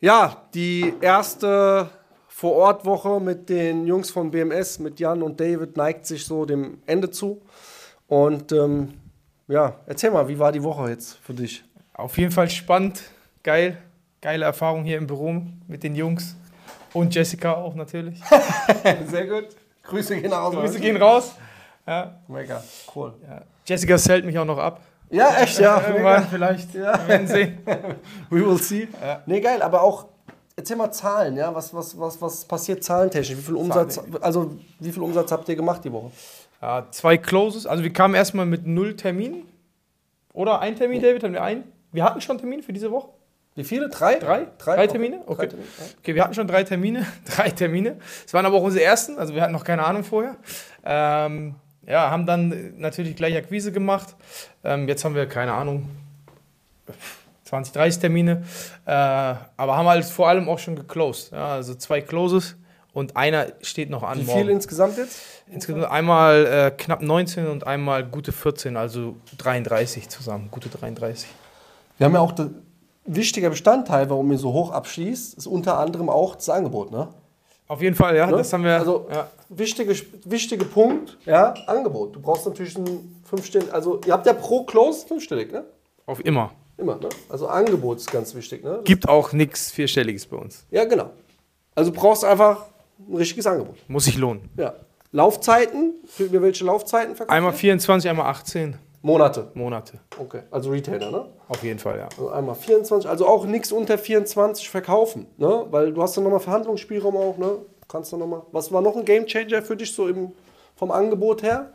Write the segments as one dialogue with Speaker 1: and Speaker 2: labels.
Speaker 1: Ja, die erste Vorortwoche mit den Jungs von BMS, mit Jan und David, neigt sich so dem Ende zu. Und ähm, ja, erzähl mal, wie war die Woche jetzt für dich?
Speaker 2: Auf jeden Fall spannend, geil, geile Erfahrung hier im Büro mit den Jungs und Jessica auch natürlich.
Speaker 1: Sehr gut. Grüße gehen raus.
Speaker 2: Grüße gehen raus. Ja.
Speaker 1: Mega, cool.
Speaker 2: Ja. Jessica zählt mich auch noch ab.
Speaker 1: Ja, echt, ja.
Speaker 2: Irgendwann vielleicht. Ja. Wir werden sehen.
Speaker 1: We will see. Ja. Nee, geil, aber auch, erzähl mal Zahlen, ja. Was, was, was, was passiert zahlentechnisch? Wie viel, Umsatz, also, wie viel Umsatz habt ihr gemacht die Woche?
Speaker 2: Ja, zwei Closes. Also wir kamen erstmal mit null Terminen. Oder ein Termin, David, haben wir einen? Wir hatten schon Termin für diese Woche.
Speaker 1: Wie viele? Drei?
Speaker 2: Drei? Drei, Termine?
Speaker 1: Drei
Speaker 2: Okay.
Speaker 1: Termine, ja.
Speaker 2: okay, wir hatten schon drei Termine. drei Termine. Es waren aber auch unsere ersten, also wir hatten noch keine Ahnung vorher. Ähm, ja, haben dann natürlich gleich Akquise gemacht. Ähm, jetzt haben wir, keine Ahnung, 20, 30 Termine. Äh, aber haben halt vor allem auch schon geclosed. Ja, also zwei Closes und einer steht noch an.
Speaker 1: Wie
Speaker 2: morgen.
Speaker 1: viel insgesamt jetzt?
Speaker 2: Insgesamt einmal äh, knapp 19 und einmal gute 14, also 33 zusammen, gute 33.
Speaker 1: Wir haben ja auch das- wichtiger Bestandteil, warum ihr so hoch abschließt, ist unter anderem auch das Angebot, ne?
Speaker 2: Auf jeden Fall, ja,
Speaker 1: Ne?
Speaker 2: das haben wir.
Speaker 1: Also
Speaker 2: ja.
Speaker 1: wichtige, wichtige Punkt, ja, Angebot. Du brauchst natürlich ein fünfstellig, also ihr habt ja pro Close fünfstellig, ne?
Speaker 2: Auf immer.
Speaker 1: Immer, ne? Also Angebot ist ganz wichtig, ne?
Speaker 2: Gibt auch nichts Vierstelliges bei uns.
Speaker 1: Ja, genau. Also du brauchst einfach ein richtiges Angebot.
Speaker 2: Muss sich lohnen.
Speaker 1: Ja. Laufzeiten, für über welche Laufzeiten verkauft?
Speaker 2: Einmal
Speaker 1: ihr?
Speaker 2: 24, einmal 18
Speaker 1: Monate.
Speaker 2: Monate.
Speaker 1: Okay. Also Retailer, ne?
Speaker 2: Auf jeden Fall, ja.
Speaker 1: Also einmal 24, also auch nichts unter 24 verkaufen, ne? Weil du hast dann nochmal Verhandlungsspielraum auch, ne? Kannst du nochmal. Was war noch ein Gamechanger für dich so im, vom Angebot her?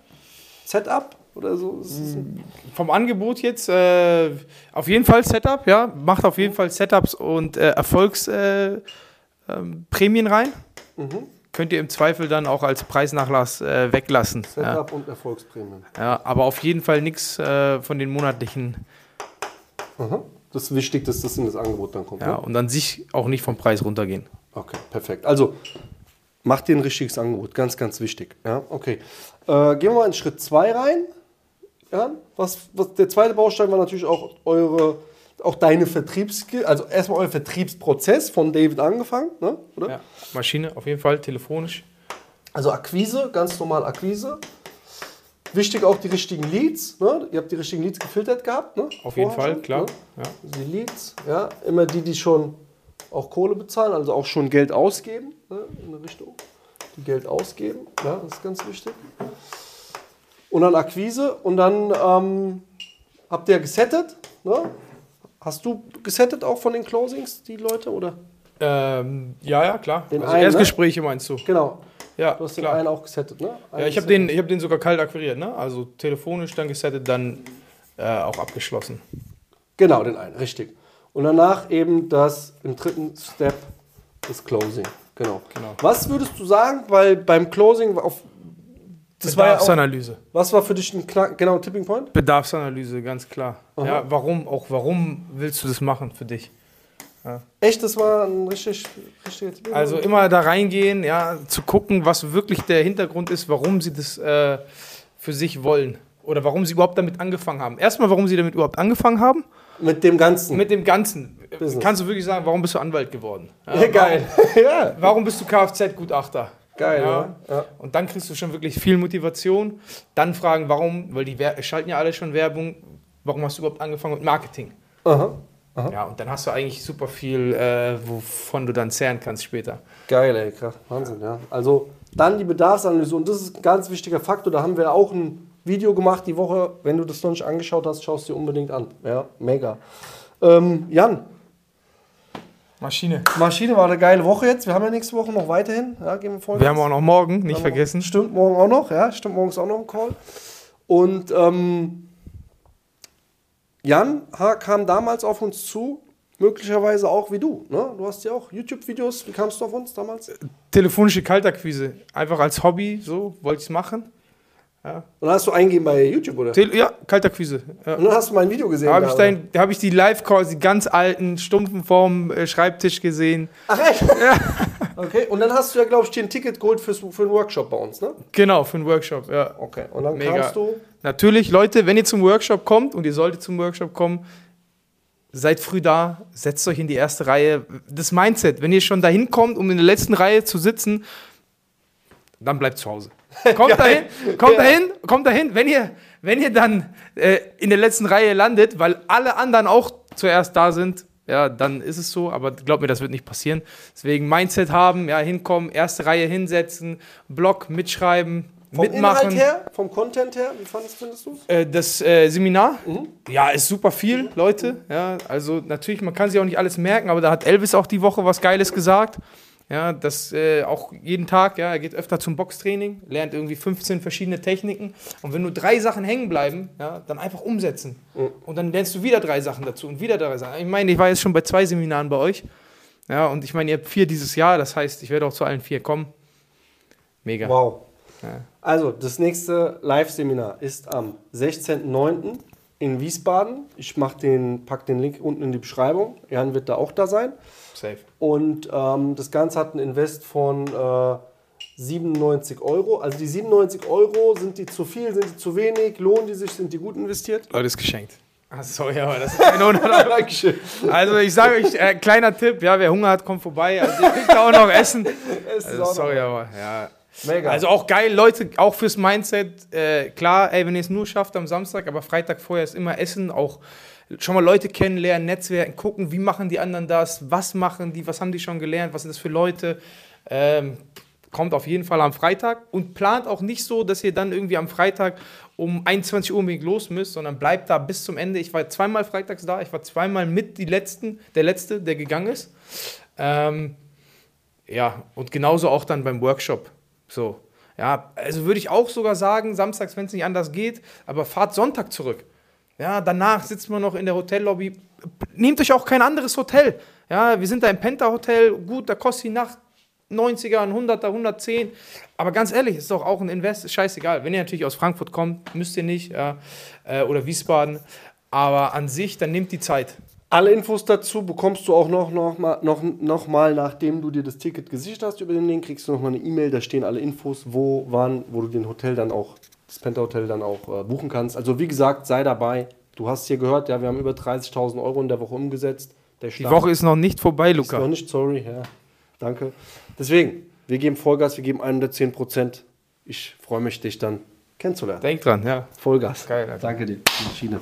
Speaker 1: Setup oder so? Es ist
Speaker 2: Mm,
Speaker 1: ein-
Speaker 2: Vom Angebot jetzt äh, auf jeden Fall Setup, ja. Macht auf
Speaker 1: Mhm.
Speaker 2: jeden Fall Setups und äh, Erfolgsprämien äh, ähm, Prämien rein.
Speaker 1: Mhm.
Speaker 2: Könnt ihr im Zweifel dann auch als Preisnachlass äh, weglassen. Ja.
Speaker 1: Setup und Erfolgsprämien.
Speaker 2: Ja, aber auf jeden Fall nichts äh, von den monatlichen.
Speaker 1: Das ist wichtig, dass das in das Angebot dann kommt.
Speaker 2: Ja,
Speaker 1: Ne?
Speaker 2: und an sich auch nicht vom Preis runtergehen.
Speaker 1: Okay, perfekt. Also mach dir ein richtiges Angebot, ganz, ganz wichtig. Ja, okay. Äh, gehen wir mal in Schritt 2 rein. Ja, was, was, der zweite Baustein war natürlich auch eure, auch deine Vertriebsskills, also erstmal euer Vertriebsprozess von David angefangen, ne? oder?
Speaker 2: Ja. Maschine, auf jeden Fall, telefonisch.
Speaker 1: Also Akquise, ganz normal Akquise. Wichtig auch die richtigen Leads. Ne? Ihr habt die richtigen Leads gefiltert gehabt. Ne?
Speaker 2: Auf jeden Fall,
Speaker 1: schon,
Speaker 2: klar.
Speaker 1: ne?
Speaker 2: Ja.
Speaker 1: Also die Leads, ja, immer die, die schon auch Kohle bezahlen, also auch schon Geld ausgeben, ne, in eine Richtung. Die Geld ausgeben, ja, das ist ganz wichtig. Und dann Akquise und dann ähm, habt ihr gesettet, ne? Hast du gesettet auch von den Closings, die Leute, oder?
Speaker 2: Ähm, ja, ja, klar.
Speaker 1: Den
Speaker 2: also
Speaker 1: einen, ne?
Speaker 2: Erstgespräche meinst du?
Speaker 1: Genau,
Speaker 2: Ja,
Speaker 1: du hast den
Speaker 2: klar.
Speaker 1: einen auch gesettet, ne?
Speaker 2: Ja, ich habe den, ich hab den sogar kalt akquiriert, ne? Also telefonisch dann gesettet, dann äh, auch abgeschlossen.
Speaker 1: Genau, den einen, richtig. Und danach eben das im dritten Step das Closing. Genau.
Speaker 2: Genau.
Speaker 1: Was würdest du sagen, weil beim Closing auf das war ja auch,
Speaker 2: Bedarfsanalyse.
Speaker 1: was war für dich ein knack, genau Tipping Point?
Speaker 2: Bedarfsanalyse, ganz klar.
Speaker 1: Aha.
Speaker 2: Ja, warum, auch warum willst du das machen für dich?
Speaker 1: Echt, das war ein richtig richtiger Tipping Point.
Speaker 2: Also immer da reingehen, ja, zu gucken, was wirklich der Hintergrund ist, warum sie das äh, für sich wollen. Oder warum sie überhaupt damit angefangen haben. Erstmal, warum sie damit überhaupt angefangen haben.
Speaker 1: mit dem ganzen.
Speaker 2: Mit dem Ganzen. äh,
Speaker 1: Business.
Speaker 2: Kannst du wirklich sagen, warum bist du Anwalt geworden? Ja,
Speaker 1: ja, geil. ja,
Speaker 2: Warum, warum bist du Kfz-Gutachter?
Speaker 1: geil,
Speaker 2: Ja.
Speaker 1: ja. ja.
Speaker 2: Und dann kriegst du schon wirklich viel Motivation. Dann fragen, warum, weil die wer- schalten ja alle schon Werbung, warum hast du überhaupt angefangen mit Marketing?
Speaker 1: Aha.
Speaker 2: Ja, und dann hast du eigentlich super viel, äh, wovon du dann zehren kannst später.
Speaker 1: Geil, ey, krass. Wahnsinn, ja. Also dann die Bedarfsanalyse und das ist ein ganz wichtiger Faktor. Da haben wir auch ein Video gemacht die Woche. Wenn du das noch nicht angeschaut hast, schaust dir unbedingt an. Ja, mega. Ähm, Jan,
Speaker 2: Maschine.
Speaker 1: Maschine war eine geile Woche jetzt. Wir haben ja nächste Woche noch weiterhin. Ja, gehen wir Vollgas.
Speaker 2: Wir haben auch noch morgen, nicht
Speaker 1: Haben wir-
Speaker 2: vergessen.
Speaker 1: Stimmt, morgen auch noch. Ja, stimmt, morgens auch noch ein Call. Und ähm, Jan ha- kam damals auf uns zu, möglicherweise auch wie du. Ne? Du hast ja auch YouTube-Videos. Wie kamst du auf uns damals?
Speaker 2: Telefonische Kaltakquise. Einfach als Hobby, so wollte ich es machen.
Speaker 1: Und hast du eingegeben bei YouTube, oder?
Speaker 2: Tele ja, Kaltakquise. Ja.
Speaker 1: Und dann hast du mein Video gesehen.
Speaker 2: Da habe ich,
Speaker 1: da,
Speaker 2: dein- da hab ich die Live-Calls, die ganz alten, stumpfen vom äh, Schreibtisch gesehen.
Speaker 1: Ach echt? Okay, und dann hast du ja, glaube ich, dir ein Ticket geholt fürs, für einen Workshop bei uns, ne?
Speaker 2: Genau, für einen Workshop, ja.
Speaker 1: Okay, und dann
Speaker 2: Mega.
Speaker 1: kamst du.
Speaker 2: Natürlich, Leute, wenn ihr zum Workshop kommt und ihr solltet zum Workshop kommen, seid früh da, setzt euch in die erste Reihe. Das Mindset, wenn ihr schon dahin kommt, um in der letzten Reihe zu sitzen, dann bleibt zu Hause. Kommt dahin, kommt dahin, kommt dahin. Wenn ihr, wenn ihr dann äh, in der letzten Reihe landet, weil alle anderen auch zuerst da sind, ja, dann ist es so. Aber glaubt mir, das wird nicht passieren. Deswegen Mindset haben, ja, hinkommen, erste Reihe hinsetzen, Block mitschreiben,
Speaker 1: Vom
Speaker 2: mitmachen.
Speaker 1: Inhalt her, vom Content her, wie fandest, findest du es?
Speaker 2: Äh, das äh, Seminar, ja, ist super viel, Leute. Ja, also natürlich, man kann sich auch nicht alles merken, aber da hat Elvis auch die Woche was Geiles gesagt. Ja, das äh, auch jeden Tag, ja, er geht öfter zum Boxtraining, lernt irgendwie 15 verschiedene Techniken. Und wenn nur drei Sachen hängen bleiben, ja, dann einfach umsetzen. Und dann lernst du wieder drei Sachen dazu und wieder drei Sachen. Ich meine, ich war jetzt schon bei zwei Seminaren bei euch. Ja, und ich meine, ihr habt vier dieses Jahr, das heißt, ich werde auch zu allen vier kommen. Mega.
Speaker 1: Wow. Also, das nächste Live-Seminar ist am 16.09. in Wiesbaden. Ich mach den, pack den Link unten in die Beschreibung. Jan wird da auch da sein.
Speaker 2: Safe.
Speaker 1: Und ähm, das Ganze hat ein Invest von äh, 97 Euro. Also die 97 Euro, sind die zu viel, sind die zu wenig, lohnen die sich, sind die gut investiert?
Speaker 2: Leute, ist geschenkt. Ach so, ja, aber das ist ein 100 Euro.
Speaker 1: Dankeschön.
Speaker 2: Also ich sage euch, äh, kleiner Tipp, ja, wer Hunger hat, kommt vorbei. Also ihr kriegt da auch noch Essen.
Speaker 1: Es ist
Speaker 2: Also,
Speaker 1: auch
Speaker 2: sorry, aber ja.
Speaker 1: noch- Mega.
Speaker 2: Also auch geil, Leute, auch fürs Mindset. Äh, klar, ey, wenn ihr es nur schafft am Samstag, aber Freitag vorher ist immer Essen, auch schon mal Leute kennenlernen, Netzwerken, gucken, wie machen die anderen das, was machen die, was haben die schon gelernt, was sind das für Leute. Ähm, kommt auf jeden Fall am Freitag und plant auch nicht so, dass ihr dann irgendwie am Freitag um 21 Uhr unbedingt los müsst, sondern bleibt da bis zum Ende. Ich war zweimal freitags da, ich war zweimal mit die letzten, der letzte, der gegangen ist. Ähm, ja, und genauso auch dann beim Workshop. So. Ja, also würde ich auch sogar sagen, samstags, wenn es nicht anders geht, aber fahrt Sonntag zurück. Ja, danach sitzt man noch in der Hotellobby. Nehmt euch auch kein anderes Hotel. Ja, wir sind da im Penta-Hotel. Gut, da kostet die Nacht 90er, ein 100er, 110. Aber ganz ehrlich, ist doch auch ein Invest, ist scheißegal. Wenn ihr natürlich aus Frankfurt kommt, müsst ihr nicht. Ja, äh, oder Wiesbaden. Aber an sich, dann nehmt die Zeit.
Speaker 1: Alle Infos dazu bekommst du auch noch, noch, mal, noch, noch mal, nachdem du dir das Ticket gesichert hast über den Link, kriegst du noch mal eine E-Mail, da stehen alle Infos, wo, wann, wo du den Hotel dann auch, das Penta-Hotel dann auch äh, buchen kannst. Also wie gesagt, sei dabei. Du hast hier gehört, ja, wir haben über 30.000 Euro in der Woche umgesetzt. Der
Speaker 2: Die
Speaker 1: Start-
Speaker 2: Woche ist noch nicht vorbei,
Speaker 1: Ist noch
Speaker 2: Luca.
Speaker 1: nicht, sorry, ja. Danke. Deswegen, wir geben Vollgas, wir geben 110 Prozent. Ich freue mich, dich dann kennenzulernen.
Speaker 2: Denkt dran, ja.
Speaker 1: Vollgas.
Speaker 2: Geil, Alter.
Speaker 1: Danke dir. Die Schiene.